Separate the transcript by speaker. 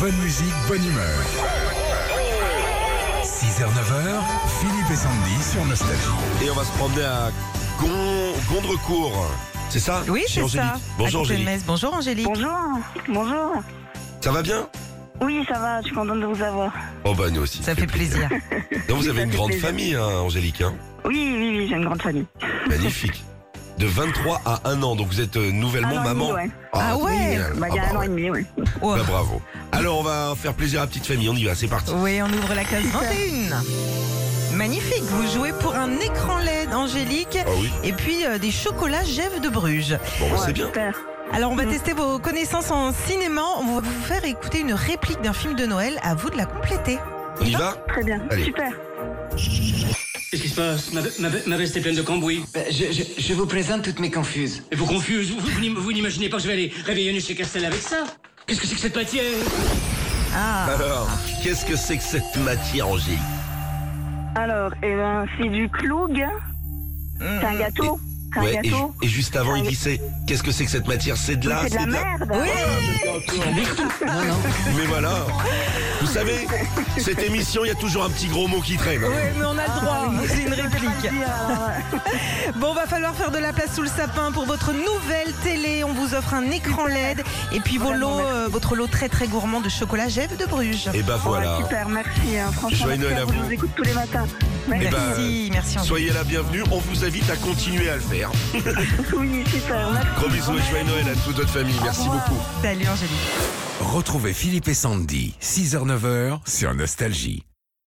Speaker 1: Bonne musique, bonne humeur. 6h, 9h, Philippe et Sandy sur Nostalgie.
Speaker 2: Et on va se promener à Gon... Gondrecourt. C'est ça
Speaker 3: Oui,
Speaker 2: Chez
Speaker 3: c'est ça.
Speaker 2: Angélique. Bonjour
Speaker 3: À côté de
Speaker 2: Angélique.
Speaker 3: Metz. Bonjour Angélique.
Speaker 4: Bonjour, bonjour.
Speaker 2: Ça va bien
Speaker 4: Oui, ça va, je suis contente de vous avoir.
Speaker 2: Oh bah nous aussi.
Speaker 3: Ça fait plaisir.
Speaker 2: Donc, vous
Speaker 4: Ça
Speaker 2: avez une
Speaker 4: fait
Speaker 2: grande
Speaker 4: plaisir.
Speaker 2: famille, hein, Angélique. hein.
Speaker 4: Oui, oui, oui, j'ai une grande famille.
Speaker 2: Magnifique. De 23 à 1 an, donc vous êtes euh, nouvellement
Speaker 4: un an et demi,
Speaker 2: maman.
Speaker 4: ouais.
Speaker 3: Ah ouais.
Speaker 2: génial.
Speaker 4: Bah, il y a
Speaker 2: Ah
Speaker 4: un
Speaker 2: bah
Speaker 4: an
Speaker 2: ouais.
Speaker 4: et demi, oui.
Speaker 3: Oh.
Speaker 2: Bah, bravo. Alors on va faire plaisir à la petite famille, on y va, c'est parti.
Speaker 3: Oui, on ouvre la case 21. Magnifique, vous jouez pour un écran LED, Angélique,
Speaker 2: Ah oui,
Speaker 3: et puis euh, des chocolats Gève de Bruges.
Speaker 2: bon bah,
Speaker 4: Ouais,
Speaker 2: c'est bien.
Speaker 4: Super.
Speaker 3: Alors, on va tester vos connaissances en cinéma. On va vous faire écouter une réplique d'un film de Noël. À vous de la compléter.
Speaker 2: On y va
Speaker 4: Très bien,
Speaker 2: Allez.
Speaker 4: super.
Speaker 5: Qu'est-ce qui se passe ma, ma, ma veste est pleine de cambouis.
Speaker 6: Bah, Je, je, je vous présente toutes mes confuses.
Speaker 5: Et vous confuse, vous, vous n'im- vous n'imaginez pas que je vais aller réveiller chez Castel avec ça Qu'est-ce que c'est que cette matière
Speaker 3: Ah,
Speaker 2: Alors, qu'est-ce que c'est que cette matière, Angélique
Speaker 4: Alors, eh ben, c'est du cloug. C'est un gâteau. C'est un
Speaker 2: Mmh. Ouais, et,
Speaker 4: gâteau. Ah
Speaker 2: ju- et juste avant, il glissait. Qu'est-ce que c'est que cette matière C'est de
Speaker 4: Oui,
Speaker 2: là,
Speaker 4: c'est de la merde.
Speaker 6: Non, non.
Speaker 2: Mais voilà. Vous savez, cette émission, il y a toujours un petit gros mot qui traîne. hein.
Speaker 3: ouais, mais on a le droit. C'est une réplique.
Speaker 4: Dire, alors, ouais.
Speaker 3: Ah, Bon, va falloir faire de la place sous le sapin pour votre nouvelle télé. On vous offre un écran LED et puis vos
Speaker 4: Vraiment,
Speaker 3: lots, euh, votre lot très très gourmand de chocolat Gève de Bruges.
Speaker 2: Et bah voilà.
Speaker 4: Ouais, super, merci. hein, Franchement,
Speaker 2: Joyeux Noël
Speaker 4: merci,
Speaker 2: à
Speaker 4: Je
Speaker 2: vous.
Speaker 4: vous écoute tous les matins. Merci.
Speaker 2: Eh ben,
Speaker 3: Merci, merci Angélique.
Speaker 2: Soyez la bienvenue, on vous invite à continuer à le faire.
Speaker 4: Oui, super. Merci.
Speaker 2: Gros bisous et joyeux Noël à toute votre famille, merci beaucoup.
Speaker 3: Salut Angélique.
Speaker 1: Retrouvez Philippe et Sandy, 6h, 9h sur Nostalgie.